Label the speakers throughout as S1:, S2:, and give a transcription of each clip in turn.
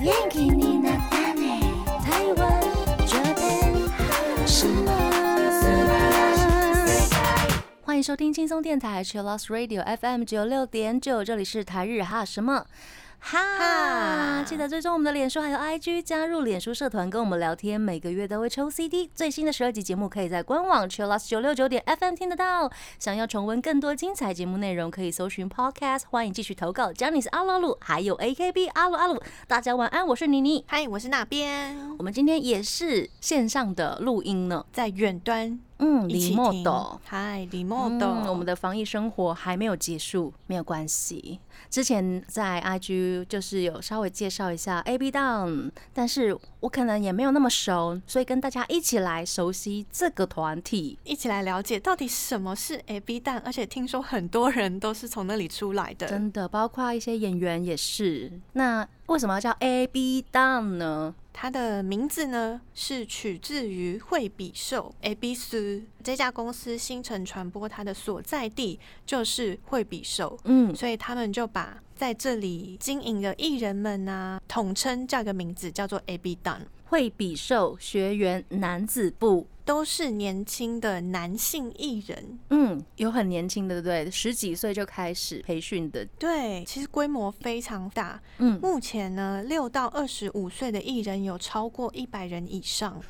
S1: 元気になったね台湾这边什么？
S2: 欢迎收听轻松电台 c h i l l o s Radio FM 九六点九，这里是台日哈什么哈，
S1: 哈
S2: 记得追踪我们的脸书还有 IG，加入脸书社团跟我们聊天，每个月都会抽 CD，最新的十二集节目可以在官网 c h i l l o s 九六九点 FM 听得到。想要重温更多精彩节目内容，可以搜寻 Podcast，欢迎继续投稿 j a n i c e 阿鲁鲁，还有 AKB 阿鲁阿鲁，大家晚安，我是妮妮。
S3: 嗨，我是那边，
S2: 我们今天也是线上的录音呢，
S3: 在远端
S2: 嗯，
S3: 一
S2: 李
S3: 起
S2: 莫
S3: 听
S2: 斗。
S3: 嗨，李莫斗，
S2: 嗯，我们的防疫生活还没有结束，没有关系。之前在 IG 就是有稍微介绍一下 AB Down，但是我可能也没有那么熟，所以跟大家一起来熟悉这个团体。
S3: 一起来了解到底什么是 A B 蛋，而且听说很多人都是从那里出来的。
S2: 真的，包括一些演员也是。那为什么要叫 AB Down 呢？
S3: 它的名字呢是取自于惠比寿 A B C 这家公司新城传播，它的所在地就是惠比寿，
S2: 嗯，
S3: 所以他们就把在这里经营的艺人们啊，统称叫一个名字叫做 A B 蛋。
S2: 惠比寿学员男子部。
S3: 都是年轻的男性艺人，
S2: 嗯，有很年轻的，对不对？十几岁就开始培训的。
S3: 对，其实规模非常大。
S2: 嗯，
S3: 目前呢，六到二十五岁的艺人有超过一百人以 上，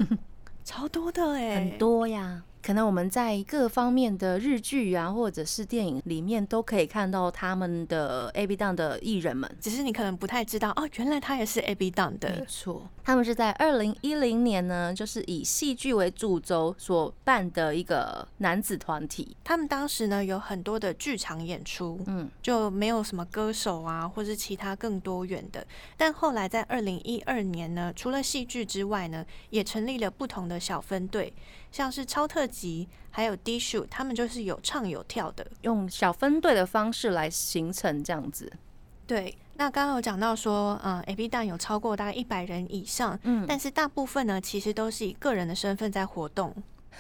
S3: 超多的哎、
S2: 很。多呀。可能我们在各方面的日剧啊，或者是电影里面，都可以看到他们的 A B Down 的艺人们。
S3: 只是你可能不太知道哦，原来他也是 A B Down
S2: 没
S3: 的，
S2: 错，他们是在二零一零年呢，就是以戏剧为主轴所办的一个男子团体。
S3: 他们当时呢有很多的剧场演出，
S2: 嗯，
S3: 就没有什么歌手啊，或是其他更多元的。但后来在二零一二年呢，除了戏剧之外呢，也成立了不同的小分队，像是超特级，还有 D s h o 他们就是有唱有跳的。
S2: 用小分队的方式来形成这样子。
S3: 对，那刚刚有讲到说，呃，A B 蛋有超过大概一百人以上，
S2: 嗯
S3: 但是大部分呢，其实都是以个人的身份在活动。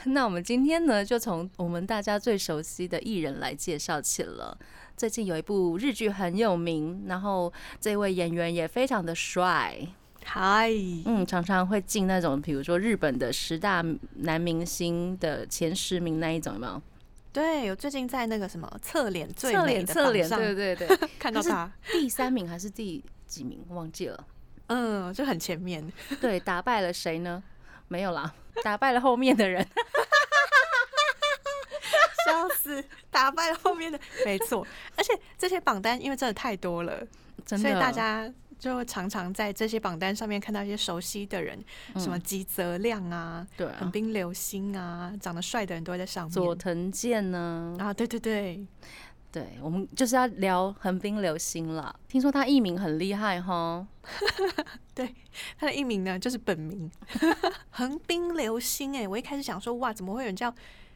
S2: 那我们今天呢，就从我们大家最熟悉的艺人来介绍起了。最近有一部日剧很有名，然后这位演员也非常的帅，
S3: 嗨，
S2: 嗯，常常会进那种，比如说日本的十大男明星的前十名那一种，有没有？
S3: 对，我最近在那个什么侧脸最
S2: 侧
S3: 美
S2: 脸，
S3: 的
S2: 侧
S3: 榜
S2: 脸，
S3: 上
S2: 对对对，
S3: 看到
S2: 可是
S3: 他，
S2: 第三名还是第几名忘记了？
S3: 嗯，就很前面。
S2: 对，打败了谁呢？没有啦， 打败了后面的人。
S3: 笑死，打败了后面的，没错。而且这些榜单因为真的太多了，
S2: 真的，
S3: 所以大家就常常在这些榜单上面看到一些熟悉的人，什么吉泽亮啊、
S2: 嗯对啊
S3: 横滨流星啊，长得帅的人都会在上
S2: 佐
S3: 面。
S2: 藤健呢？
S3: 啊，对对对，
S2: 对，我们就是要聊横滨流星啦。听说他艺名很厉害哈，
S3: 他的艺名呢就是本名 横滨流星、哎，我一开始想说，哇，怎么会有人叫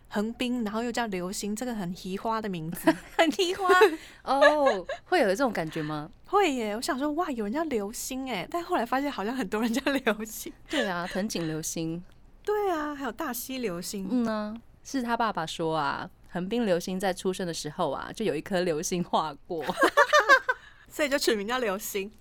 S3: 横滨，然后又叫流星，这个很奇花的名字。
S2: 很听话 哦，会有这种感觉吗？
S3: 会耶，我想说，哇，有人叫流星、哎，但后来发现好像很多人叫流星。
S2: 对啊，藤井流星。
S3: 对啊，还有大西流星。
S2: 嗯呢、是他爸爸说啊，横滨流星在出生的时候啊，就有一颗流星划 过，
S3: 所以就取名叫流星，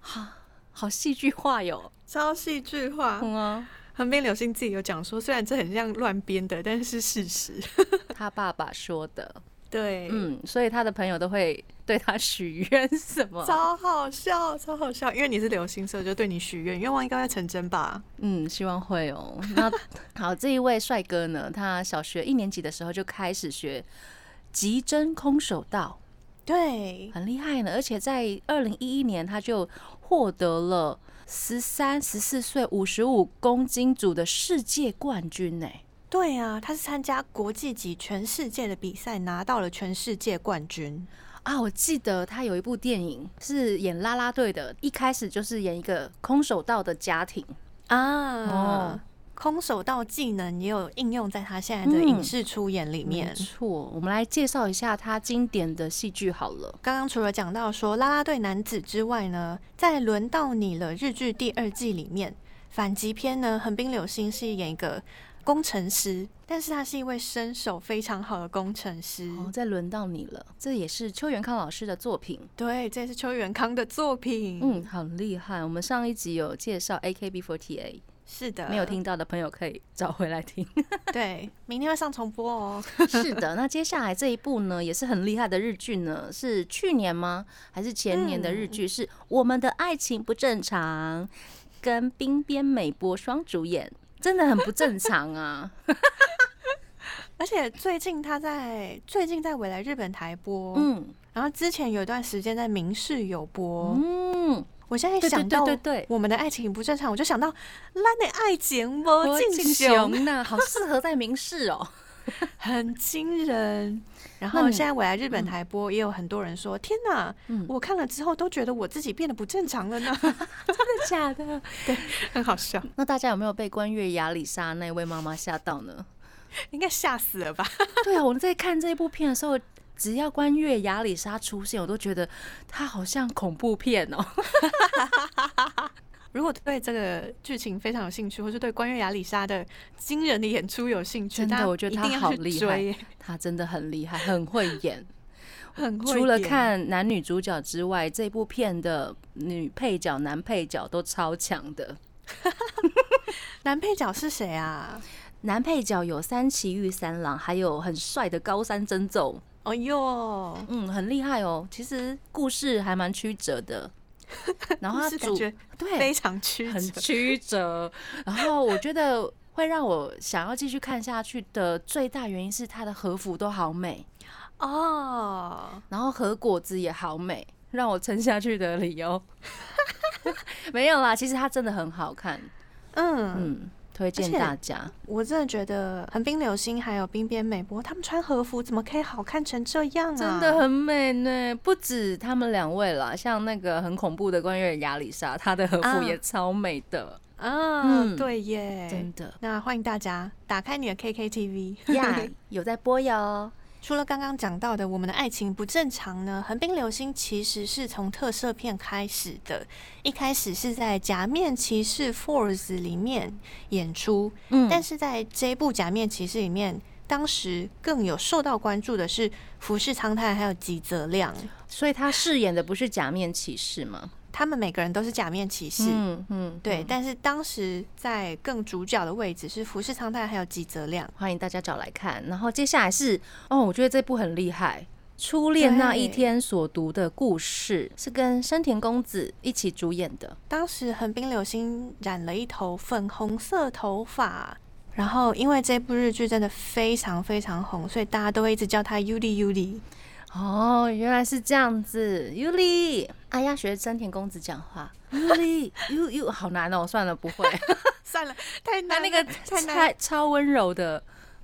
S2: 好戏剧化哟。
S3: 超戏剧化。
S2: 嗯啊，
S3: 横滨流星自己有讲说，虽然这很像乱编的，但是是事实。
S2: 他爸爸说的，
S3: 对，
S2: 嗯，所以他的朋友都会对他许愿什么，
S3: 超好笑，超好笑。因为你是流星，所以就对你许愿，愿望应该会成真吧？
S2: 嗯，希望会哦。那 好，这一位帅哥呢，他小学一年级的时候就开始学极真空手道，
S3: 对，
S2: 很厉害呢。而且在二零一一年，他就获得了十三、十四岁五十五公斤组的世界冠军呢、
S3: 对啊，他是参加国际级全世界的比赛，拿到了全世界冠军。
S2: 啊，我记得他有一部电影是演啦啦队的，一开始就是演一个空手道的家庭。
S3: 啊
S2: 哦
S3: 空手道技能也有应用在他现在的影视出演里面
S2: 嗯没。错，我们来介绍一下他经典的戏剧好了。
S3: 刚刚除了讲到说啦啦队男子之外呢，在轮到你了日剧第二季里面反击篇呢，横滨流星是演一个工程师，但是他是一位身手非常好的工程师。
S2: 哦，再轮到你了，这也是邱元康老师的作品。
S3: 对，这是邱元康的作品。，
S2: 嗯，很厉害。我们上一集有介绍 AKB48，
S3: 是的，
S2: 没有。听到的朋友可以找回来听。
S3: 对，明天会上重播哦。
S2: 是的，那接下来这一部呢，也是很厉害的日剧呢，是去年吗？还是前年的日剧？是《我们的爱情不正常》，跟冰边美波双主演，真的很不正常啊！
S3: 而且最近他在最近在未来日本台播，
S2: 嗯
S3: 然后之前有一段时间在明视有播。
S2: 嗯，
S3: 我现在
S2: 对对
S3: 想
S2: 对
S3: 到
S2: 对对，
S3: 我们的爱情不正常，我就想到烂的爱情
S2: 郭
S3: 魔
S2: 敬
S3: 敬雄
S2: 雄 呐，好适合在明视 哦。
S3: 很惊人。然
S2: 那
S3: 后
S2: 你
S3: 现在我来日本台播，也有很多人说：“天哪，
S2: 嗯
S3: 我看了之后都觉得我自己变得不正常了 呢。
S2: 假的？”
S3: 很好笑，
S2: 那大家有没有被关月亚里莎那位妈妈吓到呢？
S3: 应该吓死了吧？
S2: 对啊，我在看这部片的时候，只要关月亚里莎出现，我都觉得她好像恐怖片哦。
S3: 如果对这个剧情非常有兴趣，或是对关月雅里莎的惊人的演出有兴趣，
S2: 真的
S3: 大家
S2: 我觉得
S3: 一
S2: 她
S3: 定要
S2: 好
S3: 去
S2: 厉
S3: 追
S2: 害
S3: 耶，
S2: 她真的很厉害，很会 演。
S3: 很会
S2: 除了
S3: 演
S2: 看男女主角之外，这部片的女配角、男配角都超强的。
S3: 男配角是谁啊？
S2: 男配角有三崎玉三郎，还有很帅的高山真奏，
S3: 哦哟，
S2: 嗯，很厉害哦。其实故事还蛮曲折 的，然后他
S3: 是感
S2: 主
S3: 觉
S2: 对
S3: 非常曲
S2: 很
S3: 折，
S2: 曲折。然后我觉得会让我想要继续看下去的最大原因是它的和服都好美，
S3: 哦，
S2: 然后和果子也好美，让我撑下去的理由。 没有啦，其实它真的很好看，
S3: 嗯，
S2: 嗯，推荐
S3: 而且
S2: 大家。
S3: 我真的觉得横滨流星还有冰边美波，他们穿和服怎么可以好看成这样啊？
S2: 真的很美呢，不止他们两位啦，像那个很恐怖的关于亚里莎，她的和服
S3: 啊
S2: 也超美的，
S3: 啊，
S2: 嗯
S3: 对耶
S2: 真。的
S3: 那欢迎大家打开你的 KKTV。
S2: 呀 有在播哟。
S3: 除了刚刚讲到的我们的爱情不正常呢，横滨流星其实是从特摄片开始的，一开始是在《假面骑士 Force》里面演出，
S2: 嗯
S3: 但是在这部《假面骑士》里面，当时更有受到关注的是服饰苍太还有吉泽亮，
S2: 所以她饰演的不是假面骑士吗？
S3: 他们每个人都是假面骑士。
S2: 嗯嗯，
S3: 对，
S2: 嗯
S3: 但是当时在更主角的位置是服饰苍太还有吉泽亮，
S2: 欢迎大家找来看。然后接下来是哦，我觉得这部很厉害，《初恋那一天》所读的故事是跟山田公子一起主演的。
S3: 当时横滨流星染了一头粉红色头发，然后因为这部日剧真的非常非常红，所以大家都会一直叫她 Yuri Yuri。
S2: 哦，原来是这样子，Yuli，哎呀，学山田公子讲话，Yuli，You You，好难哦，算了，不 会，
S3: 算了，太
S2: 他那个太超温柔的，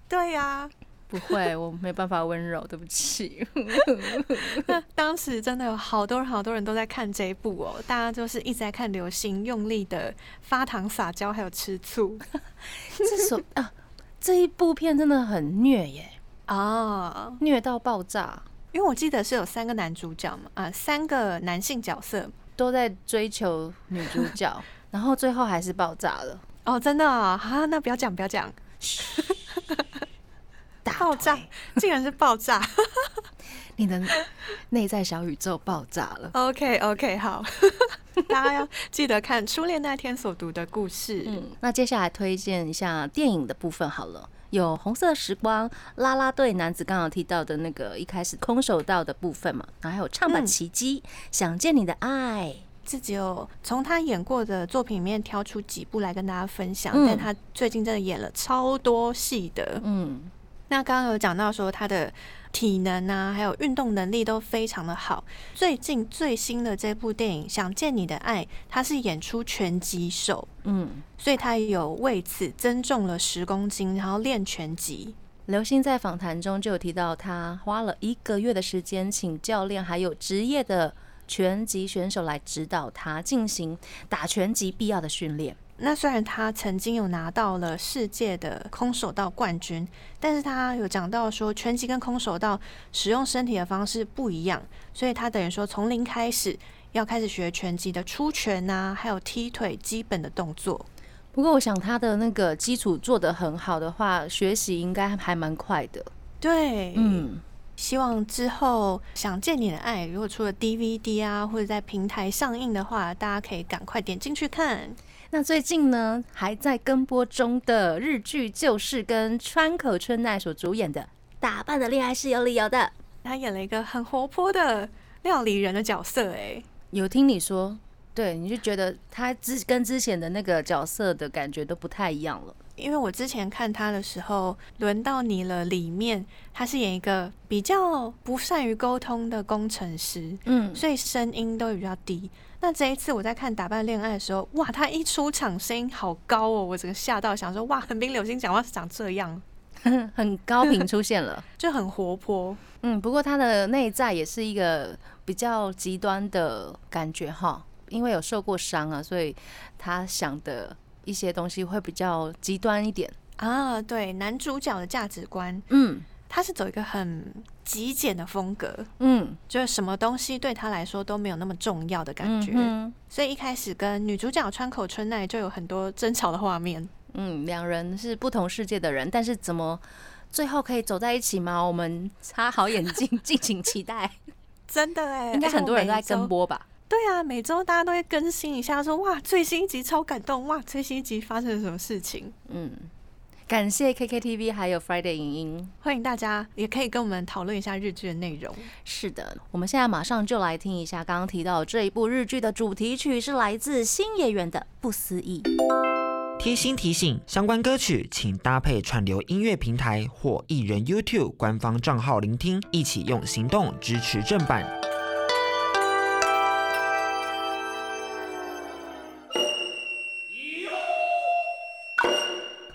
S3: 对啊呀、
S2: 不 会，我没办法温柔，对不 起。
S3: 那当时真的有好多人，好多人都在看这一部哦，大家就是一直在看流星，用力的发糖撒娇，还有吃醋
S2: 这首啊，这一部片真的很虐耶，
S3: 啊。
S2: 虐到爆炸，
S3: 因为我记得是有三个男主角嘛，啊，三个男性角色
S2: 都在追求女主角，然后最后还是爆炸了。
S3: 哦，真的啊，啊那不要讲，不要讲，
S2: 大
S3: 爆炸，竟然是爆 炸。
S2: 你的内在小宇宙爆炸了。
S3: OK OK，好， 大家要记得看《初恋那天》所读的故事。
S2: 嗯，那接下来推荐一下电影的部分好了。有《红色时光》、啦啦队男子刚好提到的那个一开始空手道的部分嘛，然后还有《唱吧
S3: 嗯
S2: 奇迹》想见你的爱》。
S3: 自己有从他演过的作品里面挑出几部来跟大家分享，
S2: 嗯
S3: 但他最近真的演了超多戏的。
S2: 嗯，
S3: 那刚刚有讲到说他的体能啊，还有运动能力都非常的好。最近最新的这部电影《想见你的爱》，他是演出拳击手，
S2: 嗯，
S3: 所以他有为此增重了十公斤，然后练拳击。
S2: 刘星在访谈中就有提到，他花了一个月的时间，请教练还有职业的拳击选手来指导他进行打拳击必要的训练。
S3: 那虽然他曾经有拿到了世界的空手道冠军，但是他有讲到说拳击跟空手道使用身体的方式不一样，所以他等于说从零开始要开始学拳击的出拳啊，还有踢腿基本的动作。
S2: 不过我想他的那个基础做得很好的话，学习应该还蛮快的。
S3: 对，
S2: 嗯，
S3: 希望之后《想见你的爱》如果出了 DVD 啊，或者在平台上映的话，大家可以赶快点进去看。
S2: 那最近呢还在跟播中的日剧就是跟川口春奈所主演的《打扮的恋爱是有理由的》，
S3: 他演了一个很活泼的料理人的角色、哎，
S2: 有听你说，对，你就觉得他之跟之前的那个角色的感觉都不太一样了。
S3: 因为我之前看他的时候，轮到你了里面，他是演一个比较不善于沟通的工程师，
S2: 嗯，
S3: 所以声音都比较低。那这一次我在看《打扮恋爱》的时候，哇，他一出场声音好高哦，我整个吓到，想说哇，横滨流星讲话是长这样，
S2: 很高频出现 了。
S3: 就很活泼。
S2: 嗯，不过他的内在也是一个比较极端的感觉哈，因为有受过伤啊，所以他想的一些东西会比较极端一点。
S3: 啊，对，男主角的价值观，
S2: 嗯
S3: 他是走一个很极简的风格，
S2: 嗯，
S3: 就是什么东西对他来说都没有那么重要的感觉。
S2: 嗯哼
S3: 所以一开始跟女主角川口春奈就有很多争吵的画面。
S2: 嗯，两人是不同世界的人，但是怎么最后可以走在一起吗？我们擦好眼睛，敬请期待。
S3: 真的 哎
S2: 应该很多人都在跟。播吧？
S3: 对啊，每周大家都会更新一下说，哇最新一集超感动，哇最新一集发生了什么事情。
S2: 嗯，感谢 KKTV 还有 Friday 影音。
S3: 欢迎大家也可以跟我们讨论一下日剧的内容。
S2: 是的，我们现在马上就来听一下刚刚提到的这一部日剧的主题曲，是来自新演员的《不思议》。
S4: 贴心提醒：相关歌曲请搭配串流音乐平台或艺人 YouTube 官方账号聆听，一起用行动支持正版。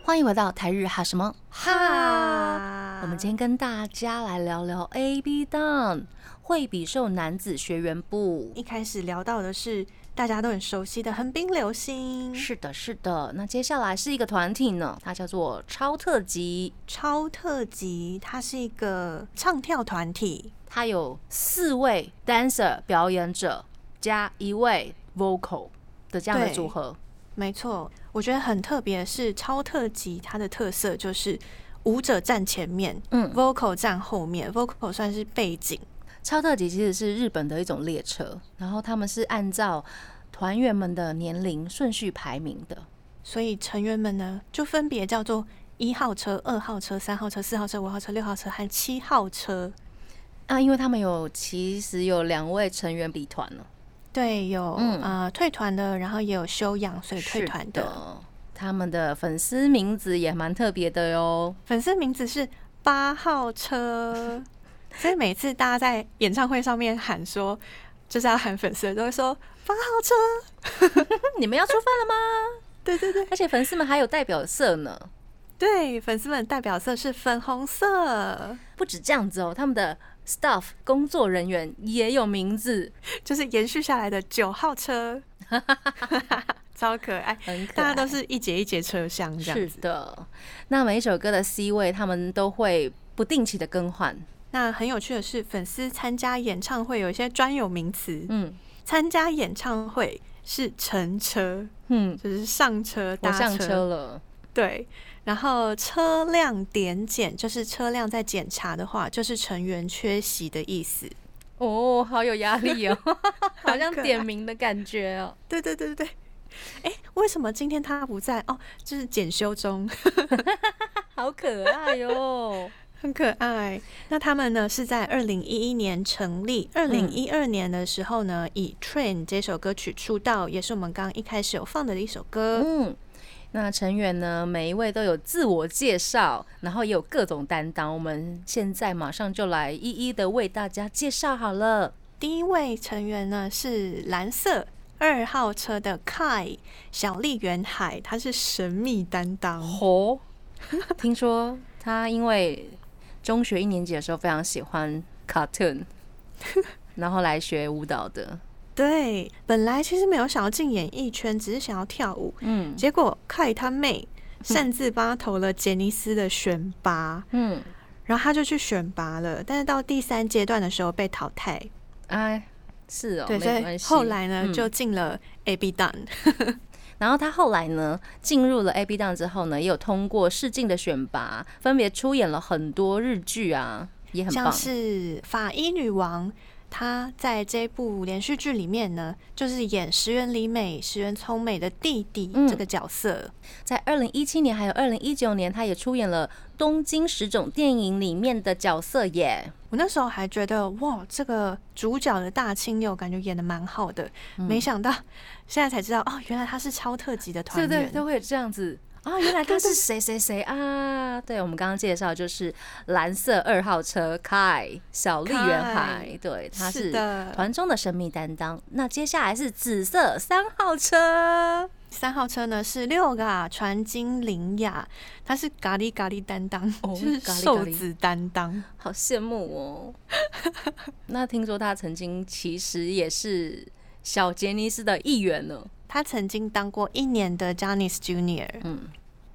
S2: 欢迎回到台日哈什么？
S3: 哈，
S2: 啊我们今天跟大家来聊聊 A B Down 惠比寿男子学员部。
S3: 一开始聊到的是大家都很熟悉的横滨流星，
S2: 是的，是的。那接下来是一个团体呢，它叫做超特级，
S3: 超特级，它是一个唱跳团体，
S2: 它有四位 dancer 表演者加一位 vocal 的这样的
S3: 对
S2: 组合。
S3: 没错，我觉得很特别的是超特级，它的特色就是舞者站前面
S2: 嗯
S3: ，vocal 站后面，vocal 算是背景。
S2: 超特急其实是日本的一种列车，然后他们是按照团员们的年龄顺序排名的。
S3: 所以成员们呢，就分别叫做一号车、二号车、三号车、四号车、五号车、六号车和七号车。
S2: 啊，因为他们有其实有两位成员离团哦了，
S3: 对，有、
S2: 嗯
S3: 呃退团的，然后也有休养，所以退团
S2: 是的。他们的粉丝名字也蛮特别的哟。
S3: 粉丝名字是八号车， 所以每次大家在演唱会上面喊说，就是要喊粉丝的都会说八号车。
S2: 嗯你们要出发了吗？
S3: 对对对，
S2: 而且粉丝们还有代表色呢。
S3: 对，粉丝们的代表色是粉红色，
S2: 不止这样子哦，他们的 staff 工作人员也有名字，
S3: 就是延续下来的九 号车，超可爱。
S2: 很可爱。
S3: 大家都是一节一节车厢这样
S2: 是
S3: 子。
S2: 的。那每一首歌的 C 位，他们都会不定期的更换。
S3: 那很有趣的是，粉丝参加演唱会有一些专有名词。
S2: 嗯
S3: 参加演唱会是乘车，
S2: 嗯，
S3: 就是上车搭
S2: 我上车了。
S3: 对，然后车辆点检就是车辆在检查的话，就是成员缺席的意思。
S2: 哦，好有压力 哦，好像
S3: 很可爱
S2: 点名的感觉哦。
S3: 对对对对对。哎、为什么今天他不在？哦，就是检修中，
S2: 好可爱哦哟、
S3: 很可爱。那他们呢是在二零一一年成立，二
S2: 嗯
S3: 零一二年的时候呢，以《Train》这首歌曲出道，也是我们刚刚一开始有放的一首歌。
S2: 嗯，那成员呢，每一位都有自我介绍，然后也有各种担当。我们现在马上就来一一的为大家介绍好了。
S3: 第一位成员呢是蓝色二号车的 Kai 小笠原海，他是神秘担当。
S2: 哦，听说他因为中学一年级的时候非常喜欢 cartoon，然后来学舞蹈的。
S3: 对，本来其实没有想要进演艺圈，只是想要跳舞，
S2: 嗯
S3: 结果凯他妹擅自帮他投了杰尼斯的选拔，
S2: 嗯，
S3: 然后他就去选拔了，但是到第三阶段的时候被淘汰。
S2: 哎，是哦，
S3: 对，
S2: 没
S3: 所
S2: 关
S3: 以
S2: 系
S3: 后来呢、
S2: 嗯
S3: 就进了 A B Down。
S2: 然后他后来呢，进入了 A B 档之后呢，也有通过试镜的选拔，分别出演了很多日剧啊，也很
S3: 像
S2: 棒。
S3: 是法医女王，她在这部连续剧里面呢，就是演石原里美、石原聪美的弟弟
S2: 嗯
S3: 这个角色。
S2: 在二零一七年还有二零一九年，他也出演了《东京十种电影》里面的角色耶。
S3: 我那时候还觉得哇，这个主角的大清流感觉演的蛮好的，
S2: 嗯
S3: 没想到现在才知道哦，原来他是超特级的团
S2: 对
S3: 员。
S2: 对，都会有这样子。啊、原来他是谁谁谁啊？对，我们刚刚介绍就是蓝色二号车凯小笠原海，对，他
S3: 是
S2: 是
S3: 的
S2: 团中的神秘担当。那接下来是紫色三号车，
S3: 三号车呢是六嘎船金玲雅，她是咖喱咖喱担当，
S2: 哦
S3: 就是
S2: 咖喱咖
S3: 瘦
S2: 喱
S3: 子担当。
S2: 好羡慕哦。 那听说他曾经其实也是小杰尼斯的一员呢。
S3: 他曾经当过一年的 Janis Junior。
S2: 嗯，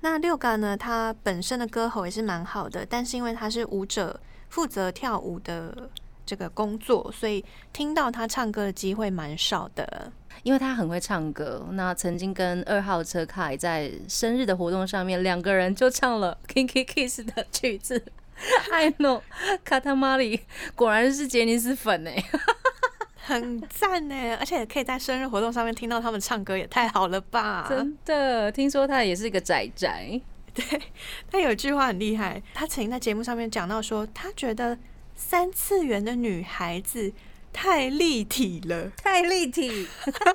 S3: 那六嘎呢，他本身的歌喉也是蛮好的，但是因为他是舞者，负责跳舞的这个工作，所以听到他唱歌的机会蛮少的。
S2: 因为他很会唱歌，那曾经跟二号车凯在生日的活动上面，两个人就唱了《Kinky Kiss》的曲子。I know，卡 塔玛里果然是杰尼斯粉哎、
S3: 很赞呢，而且可以在生日活动上面听到他们唱歌，也太好了吧！
S2: 真的。听说他也是个宅宅，
S3: 他有一句话很厉害，他曾经在节目上面讲到说，他觉得三次元的女孩子太立体了，
S2: 太立体，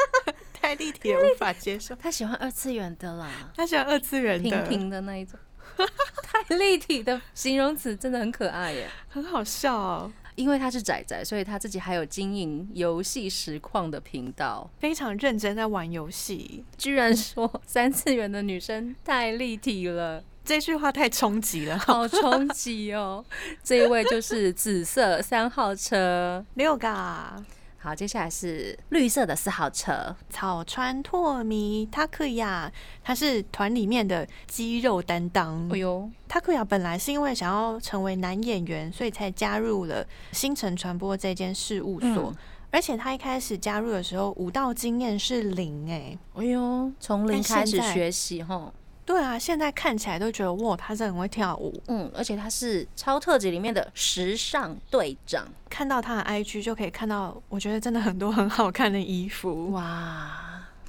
S3: 太立体了，无法接受。
S2: 他喜欢二次元的啦，
S3: 他喜欢二次元的，
S2: 平平的那一种。 太立体的形容词真的很可爱耶，
S3: 很好笑哦，
S2: 因为他是宅宅，所以他自己还有经营游戏实况的频道。
S3: 非常认真在玩游戏。
S2: 居然说三次元的女生太立体 了，
S3: 这句话太冲击了。
S2: 好冲击哦！这一位就是紫色三号车，
S3: 六嘎
S2: 好，接下来是绿色的四号车，
S3: 草川拓弥塔克亚，啊他是团里面的肌肉担当。
S2: 哎呦，
S3: 塔克亚本来是因为想要成为男演员，所以才加入了星辰传播这间事务所。
S2: 嗯
S3: 而且他一开始加入的时候，舞蹈经验是零哎、
S2: 哎呦，哎从零开始
S3: 但现在
S2: 学习哈，
S3: 对啊，现在看起来都觉得哇，他真的很会跳舞。
S2: 嗯，而且他是超特级里面的时尚队长，
S3: 看到他的 IG 就可以看到，我觉得真的很多很好看的衣服。
S2: 哇，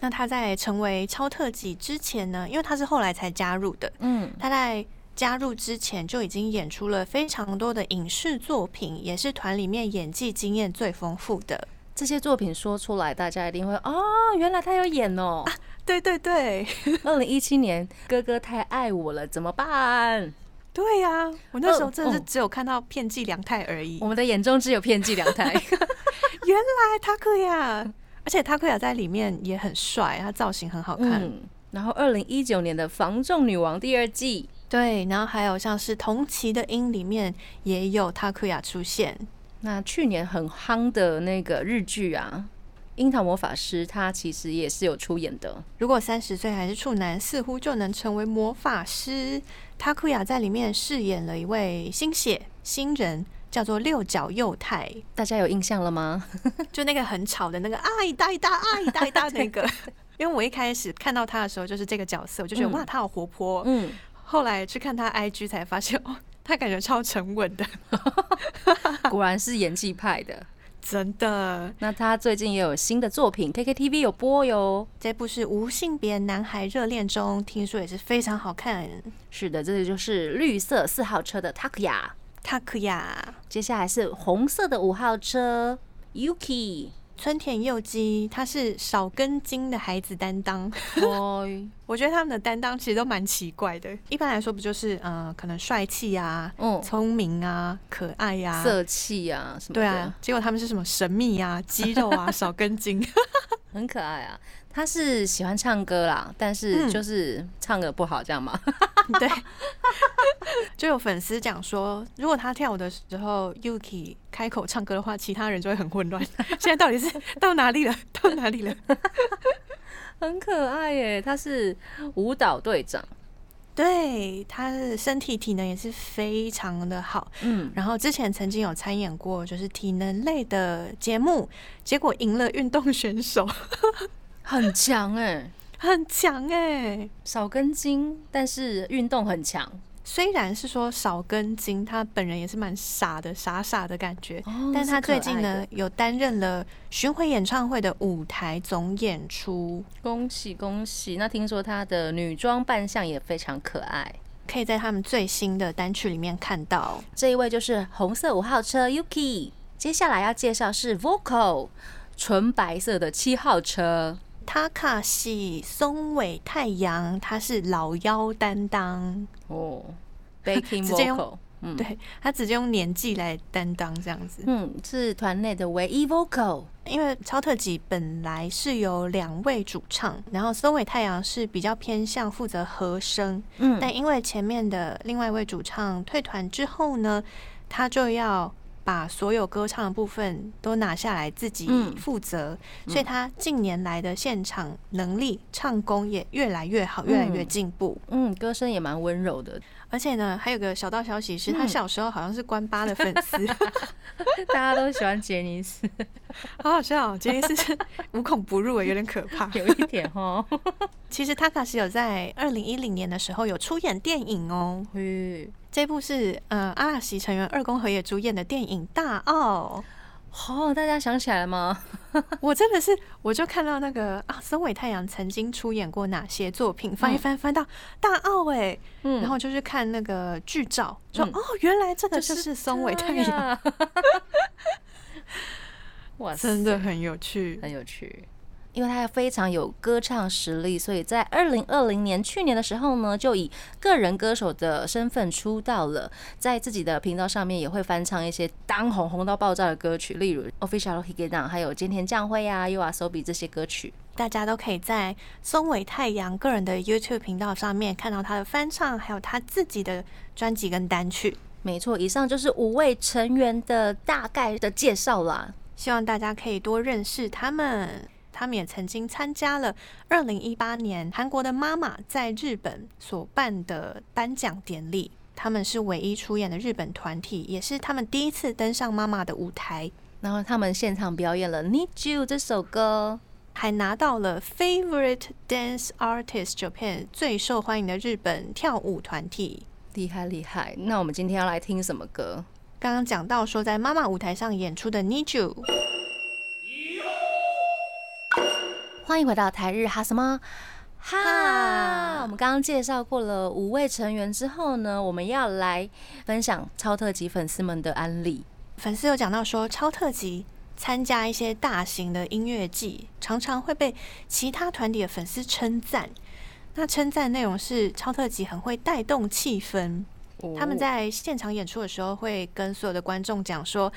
S3: 那他在成为超特技之前呢，因为他是后来才加入的，
S2: 嗯，
S3: 他在加入之前就已经演出了非常多的影视作品，也是团里面演技经验最丰富的。
S2: 这些作品说出来，大家一定会哦，原来他有演哦。
S3: 对对对，
S2: 二零一七年，哥哥太爱我了，怎么办？
S3: 对呀、我那时候真的是
S2: 哦
S3: 只有看到片寄凉太而已。
S2: 我们的眼中只有片剂两台。
S3: 原来塔克亚，而且塔克亚在里面也很帅，他造型很好看。
S2: 嗯，然后二零一九年的《防重女王》第二季，
S3: 对，然后还有像是同期的音里面也有塔克亚出现。
S2: 那去年很夯的那个日剧啊，《樱桃魔法师》，他其实也是有出演的。
S3: 如果三十岁还是处男，似乎就能成为魔法师。塔库亚在里面饰演了一位新血新人，叫做六角幼太，
S2: 大家有印象了吗？
S3: 就那个很吵的那个啊一哒一哒啊一哒一哒 那个。因为我一开始看到他的时候就是这个角色，我就觉得、
S2: 嗯
S3: 哇，他好活泼。
S2: 嗯，
S3: 后来去看他 IG 才发现，哦，他感觉超沉稳的，
S2: 果然是演技派的。
S3: 真的。
S2: 那他最近也有新的作品，KKTV 有播哟。
S3: 这部是《无性别男孩热恋中》，听说也是非常好看。
S2: 是的，这就是绿色四号车的 Takuya，
S3: 塔克亚。
S2: 接下来是红色的五号车 Yuki。
S3: 村田佑基，他是少根筋的孩子担当。 哦 我觉得他们的担当其实都蛮奇怪的。一般来说，不就是呃，可能帅气啊、
S2: 嗯，
S3: 聪明啊、可爱呀、啊，
S2: 色气啊什么的，
S3: 对啊。结果他们是什么神秘啊、肌 肉啊、少根筋。
S2: 很可爱啊。他是喜欢唱歌啦，但是
S3: 嗯
S2: 就是唱的不好，这样嘛。
S3: 对， 就有粉丝讲说，如果他跳舞的时候 Yuki 开口唱歌的话，其他人就会很混 乱。现在到底是到哪里了？ 到哪里了？
S2: 很可爱耶，他是舞蹈队长，
S3: 对，他的身体体能也是非常的好。
S2: 嗯，
S3: 然后之前曾经有参演过就是体能类的节目，结果赢了运动选手，
S2: 很强哎，
S3: 很强哎、
S2: 少根筋，但是运动很强。
S3: 虽然是说少根筋，他本人也是蛮傻的，傻傻的感觉。
S2: 哦
S3: 但
S2: 是
S3: 他
S2: 可
S3: 最近
S2: 爱
S3: 呢
S2: 的，
S3: 有担任了巡回演唱会的舞台总演出，
S2: 恭喜恭喜！那听说他的女装扮相也非常可爱。
S3: 可以在他们最新的单曲里面看到。
S2: 这一位就是红色五号车 Yuki，接下来要介绍是 Vocal，纯白色的七号车。
S3: 塔卡西松尾太阳，他是老妖担当，
S2: 哦，Baking
S3: 直接用
S2: Vocal，嗯，
S3: 对他直接用年纪来担当这样子。
S2: 嗯，是团内的唯一 Vocal。
S3: 因为超特辑本来是有两位主唱，然后松尾太阳是比较偏向负责和声，
S2: 嗯，
S3: 但因为前面的另外一位主唱退团之后呢，他就要把所有歌唱的部分都拿下来自己
S2: 嗯
S3: 负责，所以他近年来的现场能力、唱功也越来越好，越来越
S2: 嗯
S3: 进步。
S2: 嗯，歌声也蛮温柔的，
S3: 而且呢，还有个小道消息是，他
S2: 嗯
S3: 小时候好像是关八的粉 丝，
S2: 大家都喜欢杰尼斯，
S3: 好好笑、哦，杰尼斯是无孔不入，有点可 怕。
S2: 有一点哦。
S3: 其实塔卡是有在二零一零年的时候有出演电影哦，
S2: 嘿
S3: 这部是呃阿拉西成员二宫和也主演的电影《大奥
S2: 哦，大家想起来了吗？》。
S3: 我真的是，我就看到那个啊，森尾太阳曾经出演过哪些作品，翻一翻翻到《大奥》哎，
S2: 嗯
S3: 然后就去看那个剧照，说
S2: 嗯
S3: 哦，原来这个
S2: 就
S3: 就是是松尾太
S2: 对
S3: 阳，
S2: 啊。哇塞，
S3: 真的很有趣。
S2: 很有趣。因为他非常有歌唱实力，所以在二零二零年去年的时候呢，就以个人歌手的身份出道了，在自己的频道上面也会翻唱一些当红红到爆炸的歌曲，例如《Official h i g e d o w n 还有《菅田将晖》啊，《You Are So Be》这些歌曲。
S3: 大家都可以在松尾太阳个人的 YouTube 频道上面看到他的翻唱，还有他自己的专辑跟单曲。
S2: 没错，以上就是五位成员的大概的介绍啦。
S3: 希望大家可以多认识他们。他们也曾经参加了二零一八年韩国的妈妈在日本所办的颁奖典礼，他们是唯一出演的日本团体，也是他们第一次登上妈妈的舞台，
S2: 然后他们现场表演了《Need You》这首歌。
S3: 还拿到了 Favorite Dance Artist Japan 最受欢迎的日本跳舞团体。
S2: 厉害厉害！那我们今天要来听什么歌？
S3: 刚刚讲到说，在妈妈舞台上演出的 Need You，
S2: 欢迎回到台日哈什么哈
S3: 哈。
S2: 我们刚刚介绍过了五位成员之后呢，我们要来分享超特级粉丝们的案例。
S3: 粉丝有讲到说，超特辑参加一些大型的音乐季，常常会被其他团体的粉丝称赞。那称赞内容是超特辑很会带动气氛，
S2: 哦
S3: 他们在现场演出的时候会跟所有的观众讲说。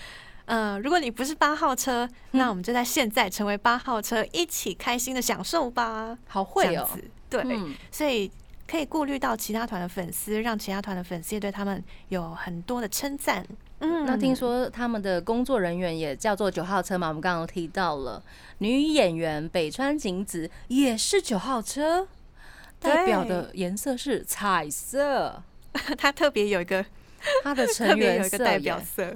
S3: 呃，如果你不是八号车，
S2: 嗯
S3: 那我们就在现在成为八号车，一起开心的享受吧。
S2: 好会
S3: 这
S2: 哦
S3: 样子，对，
S2: 嗯
S3: 所以可以顾虑到其他团的粉丝，让其他团的粉丝也对他们有很多的称赞。嗯
S2: 那听说他们的工作人员也叫做九号车嘛？我们刚刚提到了女演员北川景子也是九号车，代表的颜色是彩色，
S3: 他特别有一个
S2: 她的
S3: 特
S2: 成
S3: 别有
S2: 员
S3: 一个
S2: 色
S3: 代
S2: 也
S3: 表色，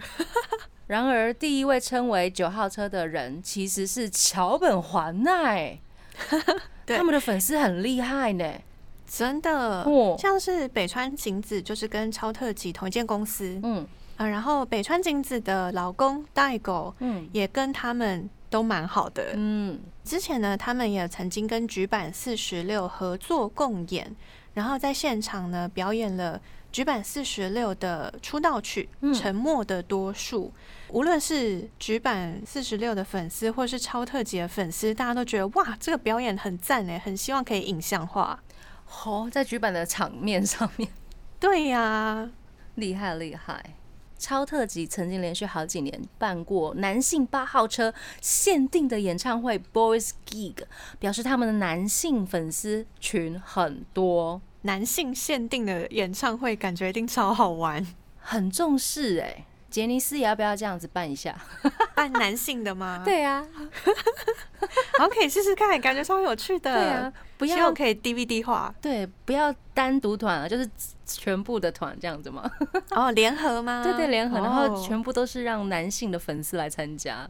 S2: 然而，第一位称为九号车的人其实是桥本环奈。
S3: 对
S2: 他们的粉丝很厉害呢。
S3: 真的
S2: 哦，
S3: 像是北川景子就是跟超特级同一间公司
S2: 嗯
S3: 啊，然后北川景子的老公代狗
S2: 嗯
S3: 也跟他们都蛮好的。
S2: 嗯，
S3: 之前呢，他们也曾经跟局版四十六合作共演，然后在现场呢表演了局版四十六的出道曲
S2: 嗯
S3: 《沉默的多数》无论是局版四十六的粉丝，或是超特级的粉丝，大家都觉得哇，这个表演很赞哎，很希望可以影像化。
S2: 哦，在举版的场面上面
S3: 对呀、
S2: 厉害厉害。超特级曾经连续好几年办过男性八号车限定的演唱会 Boys Gig，表示他们的男性粉丝群很多，
S3: 男性限定的演唱会，感觉一定超好 玩。
S2: 很重视哎、杰尼斯也要不要这样子办一下？
S3: 办啊男性的吗？，
S2: 对啊，
S3: 好像可以试试看，感觉超有趣的。
S2: 对啊，，不
S3: 希
S2: 要
S3: 望可以 DVD 化
S2: 对，不要单独团啊，就是全部的团这样子嘛。
S3: 哦，联合
S2: 啊
S3: 吗？
S2: 对对，联合，然后
S3: 哦
S2: 全部都是让男性的粉丝来参加。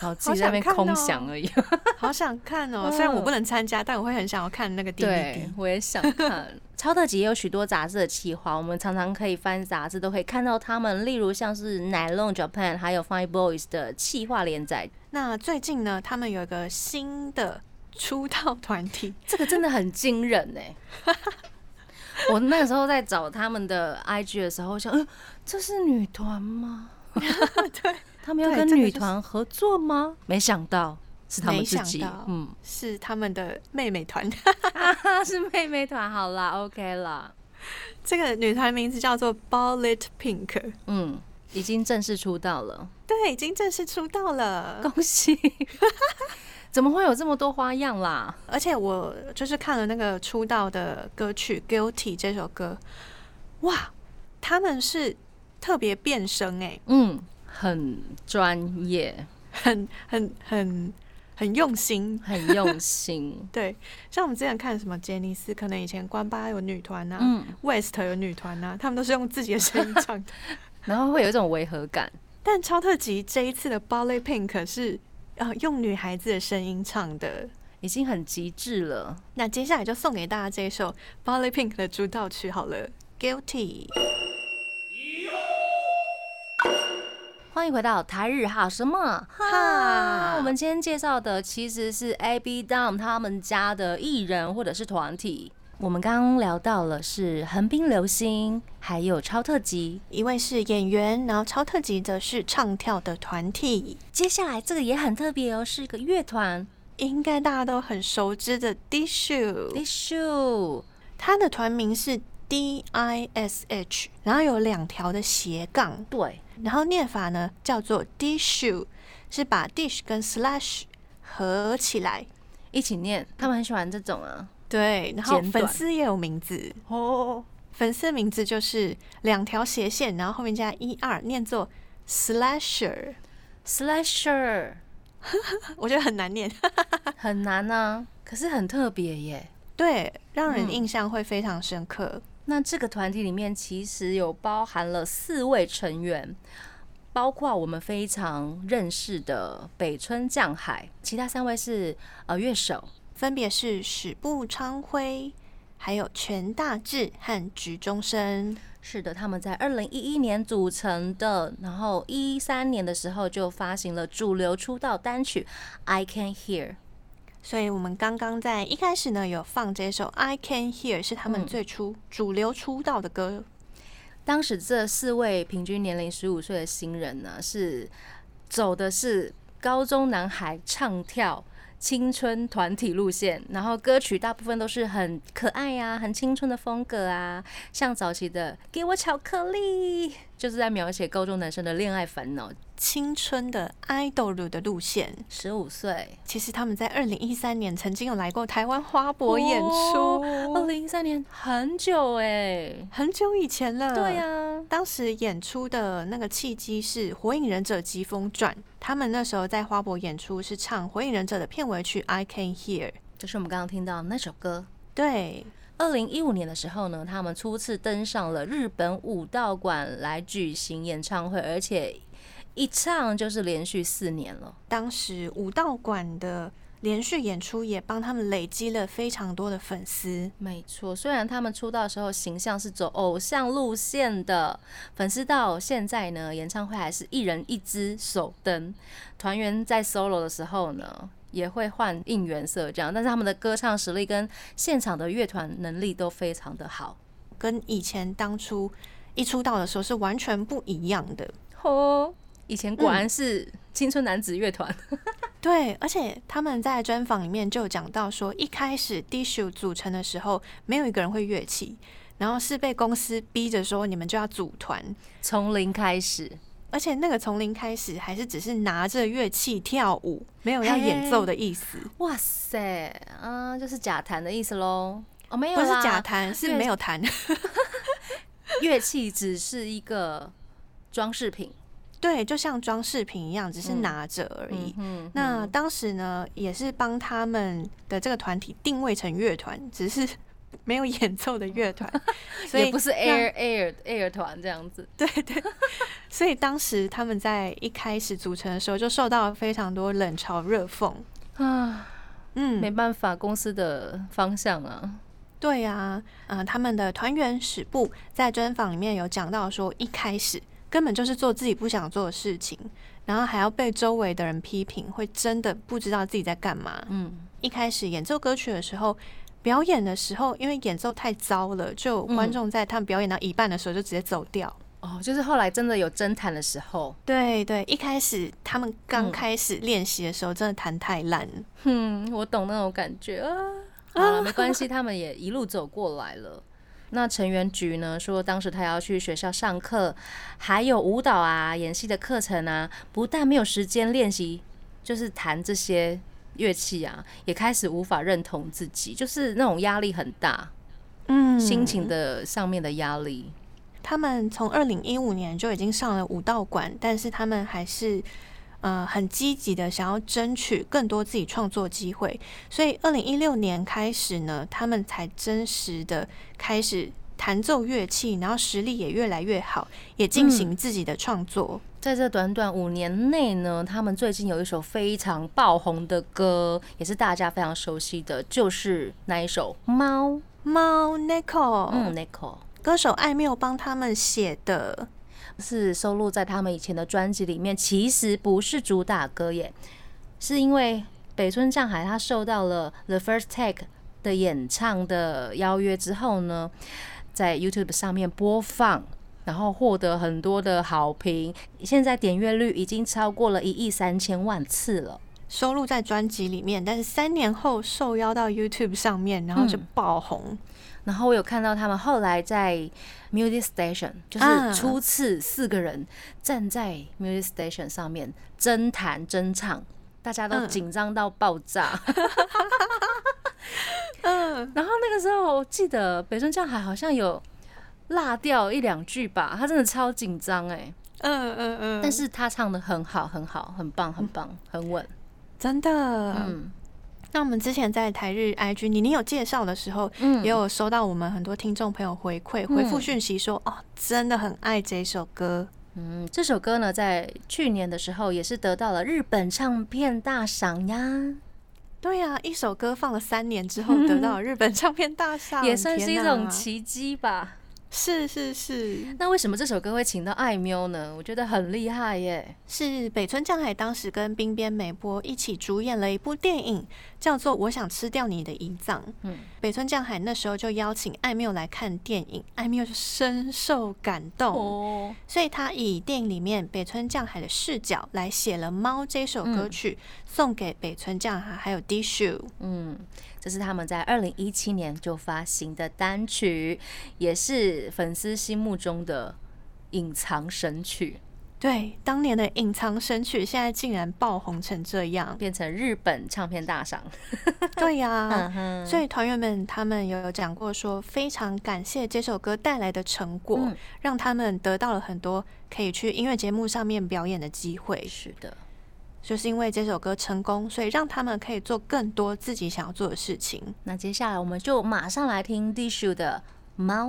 S2: 然后自己在那边
S3: 好想看
S2: 空
S3: 哦
S2: 想而已。
S3: 好想看哦！
S2: 嗯
S3: 虽然我不能参加，但我会很想要看那个 DVD
S2: 对。，我也想看。 超特集也有许多杂志的企划，我们常常可以翻杂志，都可以看到他们，例如像是 Nylon Japan 还有 Fine Boys 的企划连载，
S3: 那最近呢，他们有一个新的出道团 体，
S2: 这个真的很惊 人呢、我那个时候在找他们的 IG 的时候，我想，嗯，这是女团吗？对，他们要
S3: 对
S2: 跟
S3: 这个
S2: 女
S3: 就是
S2: 团合作吗？没想到是他们
S3: 没
S2: 自
S3: 想
S2: 己
S3: 到，
S2: 嗯，
S3: 是他们的妹妹团。
S2: 啊，是妹妹团，好啦，OK 啦，
S3: 这个女团名字叫做 Bullet Pink，
S2: 嗯，已经正式出道了。
S3: 对，已经正式出道 了。
S2: 恭喜！怎么会有这么多花样啦？
S3: 而且我就是看了那个出道的歌曲《Guilty》这首歌，哇，他们是特别变声哎、
S2: 嗯，很专业，
S3: 很很很很用心。。
S2: 很用心
S3: 对，像我们之前看什么杰尼斯，可能以前关八有女团呐、
S2: 嗯，
S3: w e s t 有女团呐、他们都是用自己的声音唱的。
S2: 然后会有一种违和感。
S3: 但超特辑这一次的《Ballet Pink》是呃用女孩子的声音唱的。
S2: 已经很极致了，
S3: 那接下来就送给大家这一首 Ballet Pink 的主导曲好了，《Guilty》。
S2: 欢迎回到台日哈什么哈
S3: 哈？
S2: 我们今天介绍的其实是 A B Dom 他们家的艺人或者是团体。我们刚刚聊到了是横滨流星，还有超特级。
S3: 一位是演员，然后超特辑则是唱跳的团体，
S2: 接下来这个也很特别哦，是一个乐团
S3: 应该大家都很熟知的 Dish。
S2: Issue。
S3: 他的团名是 D I S H，然后有两条的斜杠，
S2: 对，
S3: 然后念法呢叫做 Dishu，是把 dish 跟 slash 合起来。
S2: 一起念，他们很喜欢这种啊。
S3: 对，然后
S2: 简短
S3: 粉丝也有名字，
S2: 哦，
S3: 粉丝的名字就是两条斜线，然后后面加 e r，念作 slasher。
S2: Slasher
S3: 我觉得很难念，
S2: 很难啊，可是很特别耶。
S3: 对，让人
S2: 嗯
S3: 印象会非常深刻。
S2: 那这个团体里面其实有包含了四位成员，包括我们非常认识的北村匠海，其他三位是呃乐手。
S3: 分别是史部昌辉，还有全大志和菊中生。
S2: 是的，他们在二零一一年组成的，然后一三年的时候就发行了主流出道单曲《I Can Hear》。
S3: 所以我们刚刚在一开始呢，有放这首《I Can Hear》是他们
S2: 嗯
S3: 最初主流出道的歌。
S2: 当时这四位平均年龄十五岁的新人呢，是走的是高中男孩唱跳青春团体路线，然后歌曲大部分都是很可爱呀、很青春的风格啊，像早期的《给我巧克力》，就是在描写高中男生的恋爱烦恼。
S3: 青春的 idol 的路线，
S2: 十五岁
S3: 其实他们在二零一三年曾经有来过台湾花博演出，
S2: 哦
S3: 哦
S2: 二零一三年很久哎、
S3: 很久以前了。
S2: 对啊呀、
S3: 当时演出的那个契机是《火影忍者疾风传》，他们那时候在花博演出是唱《火影忍者》的片尾曲《I Can Hear》。
S2: 就是我们刚刚听到那首歌。
S3: 对，
S2: 二零一五年的时候呢，他们初次登上了日本武道馆来举行演唱会，而且一唱就是连续四年了。
S3: 当时武道馆的连续演出也帮他们累积了非常多的粉丝。
S2: 没错，虽然他们出道的时候形象是走偶像路线的，粉丝到现在呢，演唱会还是一人一支手灯。团员在 solo 的时候呢，也会换应援色这样，但是他们的歌唱实力跟现场的乐团能力都非常的好。
S3: 跟以前当初一出道的时候是完全不一样的。
S2: 哦，以前果然是青春男子乐团。
S3: 对，而且他们在专访里面就有讲到说，一开始 Dishu 组成的时候，没有一个人会乐器，然后是被公司逼着说你们就要组团，
S2: 从零开始，
S3: 而且那个从零开始还是只是拿着乐器跳舞，没有要演奏的意思，
S2: 哇塞，啊，就是假弹的意思喽。哦，没有
S3: 不
S2: 啦，
S3: 是假弹，是
S2: 乐
S3: 没有弹。
S2: 乐器只是一个装饰品
S3: 对，就像装饰品一样，只是
S2: 嗯
S3: 拿着而
S2: 而
S3: 已。
S2: 已。嗯哼
S3: 那当时呢，也是帮他们的这个团体定位成乐团，只是 没有演奏的乐团，所以
S2: 也不是 air air air 团这样子。
S3: 所以当时他们在一开始组成的时候，就受到了非常多冷嘲热讽。
S2: 啊，没
S3: 嗯，
S2: 办法，公司的方向啊，
S3: 对呀、啊，呃，他们的团员史部在专访里面有讲到说，一开始根本就是做自己不想做的事情，然后还要被周围的人批评，会真的不知道自己在干嘛。
S2: 嗯，
S3: 一开始演奏歌曲的时候。表演的时候，因为演奏太糟了，就有观
S2: 嗯
S3: 众在他们表演到一半的时候就直接走掉。
S2: 哦，就是后来真的有侦探的时候，
S3: 对对，一开始他们刚
S2: 嗯
S3: 开始练习的时候，真的弹太烂了。
S2: 哼，我懂那种感觉啊。好了， 没关系，他们也一路走过来了。那成员局呢说，当时他要去学校上课，还有舞蹈啊、演戏的课程啊，不但没有时间练习，就是弹这些乐器啊，也开始无法认同自己，就是那种压力很大，
S3: 嗯
S2: 心情的上面的压力。
S3: 他们从二零一五年就已经上了武道馆，但是他们还是呃很积极的想要争取更多自己创作机会，所以二零一六年开始呢，他们才真实的开始弹奏乐器，然后实力也越来越好，也进行自己的创作。
S2: 在这短短五年内呢，他们最近有一首非常爆红的歌，也是大家非常熟悉的，就是那一首《猫》。
S3: 猫 Nico，、
S2: 嗯 n i c o
S3: 歌手艾缪帮他们写的，
S2: 是收录在他们以前的专辑里面，其实不是主打歌耶，是因为北村匠海他受到了 The First Take 的演唱的邀约之后呢，在 YouTube 上面播放。然后获得很多的好评，现在点阅率已经超过了一亿三千万次了。
S3: 收录在专辑里面，但是三年后受邀到 YouTube 上面，然后就
S2: 嗯
S3: 爆红。
S2: 然后我有看到他们后来在 Music Station，就是初次四个人站在 Music Station 上面真弹真唱，大家都
S3: 嗯
S2: 紧张到爆炸。嗯， 然后那个时候我记得北村匠海好像有落掉一两句吧，他真的超紧张哎，
S3: 嗯嗯嗯，
S2: 但是他唱的很好，很好，很棒，很棒，很稳。
S3: 真的，
S2: 嗯
S3: 那我们之前在台日 IG 你你有介绍的时候，
S2: 嗯
S3: 也有收到我们很多听众朋友回馈回复讯息说，哦，真的很爱这首歌，
S2: 嗯，这首歌呢，在去年的时候也是得到了日本唱片大赏呀。
S3: 对呀、一首歌放了三年之后得到日本唱片大
S2: 嗯
S3: 赏，
S2: 也算是一
S3: 哦天哪
S2: 种奇迹吧。
S3: 是是是
S2: 那为什么这首歌会请到艾喵呢？我觉得很厉害耶。
S3: 是北村匠海当时跟冰边美波一起主演了一部电影，叫做《我想吃掉你的胰脏》。
S2: 嗯，
S3: 北村匠海那时候就邀请艾缪来看电影，艾缪就深受感动。
S2: 哦，
S3: 所以他以电影里面北村匠海的视角来写了《猫》这首歌曲，送给北村匠海还有 D Shu。
S2: 嗯，这是他们在二零一七年就发行的单曲，也是粉丝心目中的隐藏神曲，。
S3: 对，当年的隐藏神曲，现在竟然爆红成这样
S2: 变成日本唱片大赏。
S3: 对呀、
S2: 哼
S3: 所以团员们他们有讲过说，非常感谢这首歌带来的成果，
S2: 嗯
S3: 让他们得到了很多可以去音乐节目上面表演的机会。
S2: 是的，
S3: 就是因为这首歌成功，所以让他们可以做更多自己想要做的事情。
S2: 那接下来我们就马上来听 Dishu 的《猫》。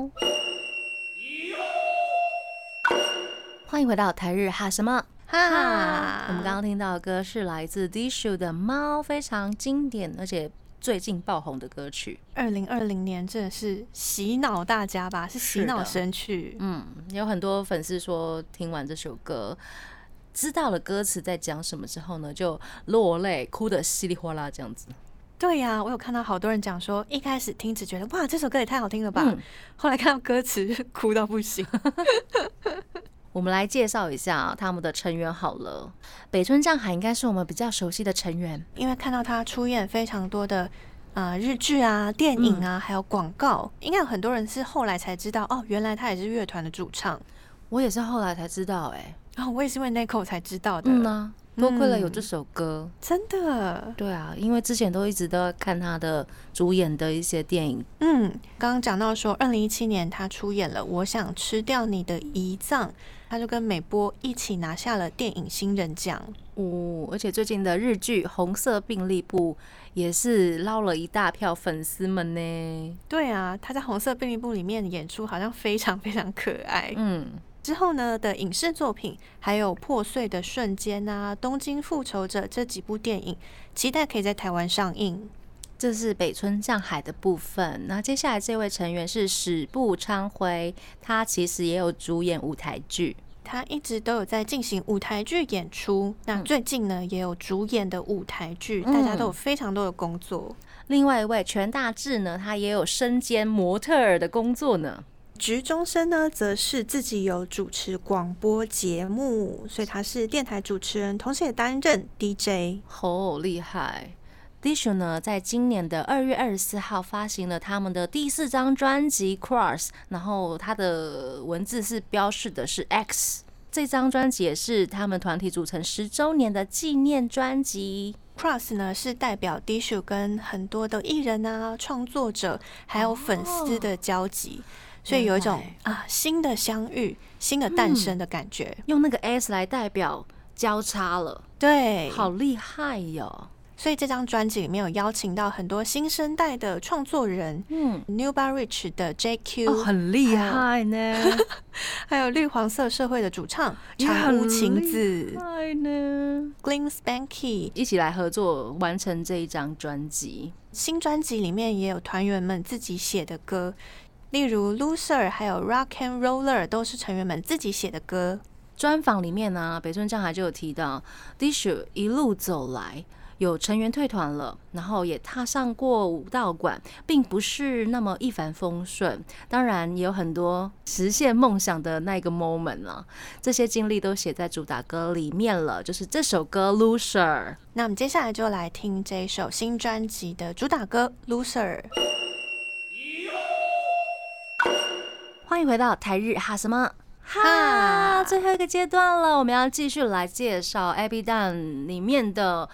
S2: 欢迎回到台日哈什么？
S3: 哈，
S2: 我们刚刚听到的歌是来自 Dishu 的《猫》，非常经典，而且最近爆红的歌曲。
S3: 二零二零年真的是洗脑大家吧，是洗
S2: 是
S3: 脑
S2: 的
S3: 神曲。
S2: 嗯，有很多粉丝说听完这首歌，知道了歌词在讲什么之后呢，就落泪，哭得稀里哗啦这样子。
S3: 对呀、我有看到好多人讲说，一开始听只觉得哇，这首歌也太好听了吧，
S2: 嗯
S3: 后来看到歌词哭到 不行。
S2: 我们来介绍一下啊他们的成员好了。北村匠海应该是我们比较熟悉的成员，
S3: 因为看到他出演非常多的呃日剧啊、电影
S2: 嗯
S3: 啊，还有广告，应该有很多人是后来才知道哦，原来他也是乐团的主唱。哦
S2: 我也是后来才知道、哎，
S3: 然、后我也是因为 Nico 才知道的。
S2: 嗯呢、多亏了有这首歌。
S3: 真的，
S2: 对啊，因为之前都一直都在看他的主演的一些电影，
S3: 嗯，刚刚讲到说，二零一七年他出演了《我想吃掉你的胰脏》，他就跟美波一起拿下了电影新人奖。
S2: 哦，而且最近的日剧《红色病历簿》也是捞了一大票粉丝们呢。
S3: 对啊，他在《红色病历簿》里面演出好像非常非常可爱。
S2: 嗯，
S3: 之后呢的影视作品，还有《破碎的瞬间》啊，《东京复仇者》这几部电影，期待可以在台湾上映。
S2: 这是北村匠海的部分。那接下来这位成员是史部昌辉，他其实也有主演舞台剧。
S3: 他一直都有在进行舞台剧演出，那最近呢也有主演的舞台剧，大家都有非常多的工作。
S2: 另外一位全大志呢，他也有身兼模特儿的工作呢。
S3: 菊中生呢，则是自己有主持广播节目，所以他是电台主持人，同时也担任 DJ。
S2: 好厉害 d i s h u 呢，在今年的二月二十四号发行了他们的第四张专辑《Cross》，然后它的文字是标示的是 X。这张专辑也是他们团体组成十周年的纪念专辑。
S3: Cross 呢是代表 Dishu 跟很多的艺人啊、创作者还有粉丝的交集，所以有一种
S2: 原
S3: 啊新的相遇、新的诞生的感觉。
S2: 用那个 S 来代表交叉了，
S3: 对，
S2: 好厉害哟！
S3: 所以这张专辑里面有邀请到很多新生代的创作人
S2: 嗯，
S3: ，New Bar Rich 的 JQ，、
S2: 哦，很厉害 呢，
S3: 还有绿黄色社会的主唱
S2: 也
S3: 长
S2: 很
S3: 屋晴
S2: 厉
S3: 子、
S2: 害呢，
S3: Glen Spanky。
S2: 一起来合作完成这一张专辑。
S3: 新专辑里面也有团员们自己写的歌，例如《Loser》还有《Rock and Roller》都是成员们自己写的歌。
S2: 专访里面呢、北村匠海就有提到，Dishu 一路走来，有成员退团了，然后也踏上过武道馆，并不是那么一帆风顺。当然，也有很多实现梦想的那个 moment 啊，这些经历都写在主打歌里面了，就是这首歌《Loser》。
S3: 那我们接下来就来听这首新专辑的主打歌《Loser》。
S2: 欢迎回到台日哈什么哈，最后一个阶段了，我们要继续来介绍 Abby Dan 里面的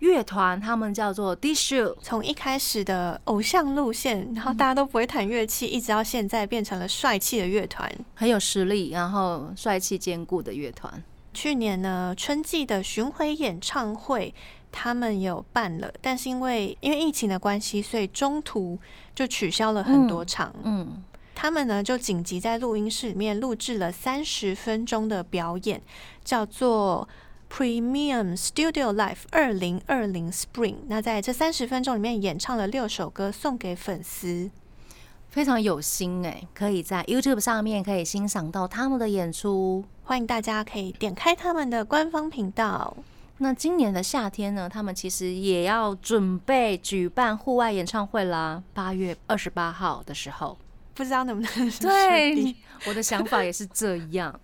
S2: 乐团，他们叫做 Dishu。
S3: 从一开始的偶像路线，然后大家都不会弹乐器，一直到现在变成了帅气的乐团。
S2: 很有实力，然后帅气兼顾的乐团。
S3: 去年呢，春季的巡回演唱会他们也有办了，但是因为因为疫情的关系，所以中途就取消了很多场。
S2: 嗯，
S3: 他们呢就紧急在录音室里面录制了三十分钟的表演，叫做。Premium Studio Life 二零二零 Spring，那在这三十分钟里面演唱了六首歌，送给粉丝。
S2: 非常有心哎、可以在 YouTube 上面可以欣赏到他们的演出。
S3: 欢迎大家可以点开他们的官方频道。
S2: 那今年的夏天呢，他们其实也要准备举办户外演唱会啦，八月二十八号的时候。
S3: 不知道能不能确定
S2: 对，我的想法也是这样。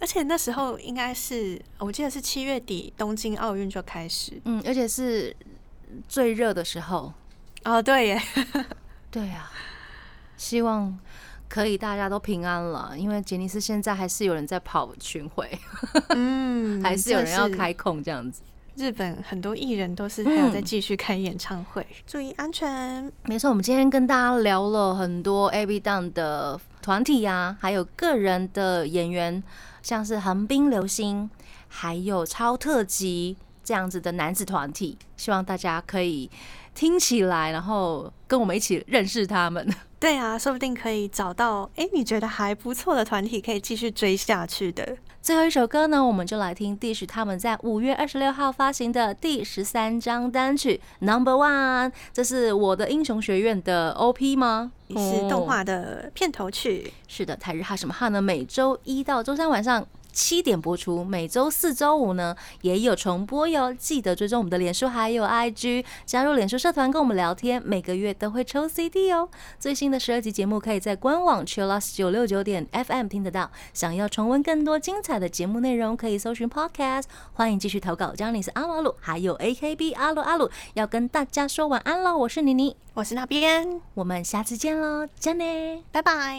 S3: 而且那时候应该是，我记得是七月底东京奥运就开始。
S2: 嗯，而且是最热的时候。
S3: 哦，对耶，
S2: 对啊，希望可以大家都平安了，因为杰尼斯现在还是有人在跑巡回。
S3: 嗯，
S2: 还是有人要
S3: 这是
S2: 开控这样子。
S3: 日本很多艺人都是还有在
S2: 嗯
S3: 继续开演唱会，注意安全。
S2: 没错，我们今天跟大家聊了很多 A B Down 的团体呀、还有个人的演员，像是横滨流星，还有超特级这样子的男子团体，希望大家可以听起来，然后跟我们一起认识他们。
S3: 对啊，说不定可以找到哎，诶你觉得还不错的团体可以继续追下去的。
S2: 最后一首歌呢，我们就来听 Dish 他们在五月二十六号发行的第十三张单曲《Number One》，这是我的英雄学院的 OP 吗？
S3: 也是
S2: 哦
S3: 动画的片头曲，
S2: 是的，台日哈什么哈呢？每周一到周三晚上七点播出，每周四周五呢也有重播哟。记得追踪我们的脸书还有 IG，加入脸书社团跟我们聊天，每个月都会抽 CD 哦。最新的十二集节目可以在官网 chillus 九六九点 FM 听得到。想要重温更多精彩的节目内容，可以搜寻 Podcast。欢迎继续投稿 j a n i c e 阿鲁阿鲁，还有 AKB 阿鲁阿鲁，要跟大家说晚安喽。我是妮妮，
S3: 我是那边，
S2: 我们下次见喽，j a n i
S3: 拜拜。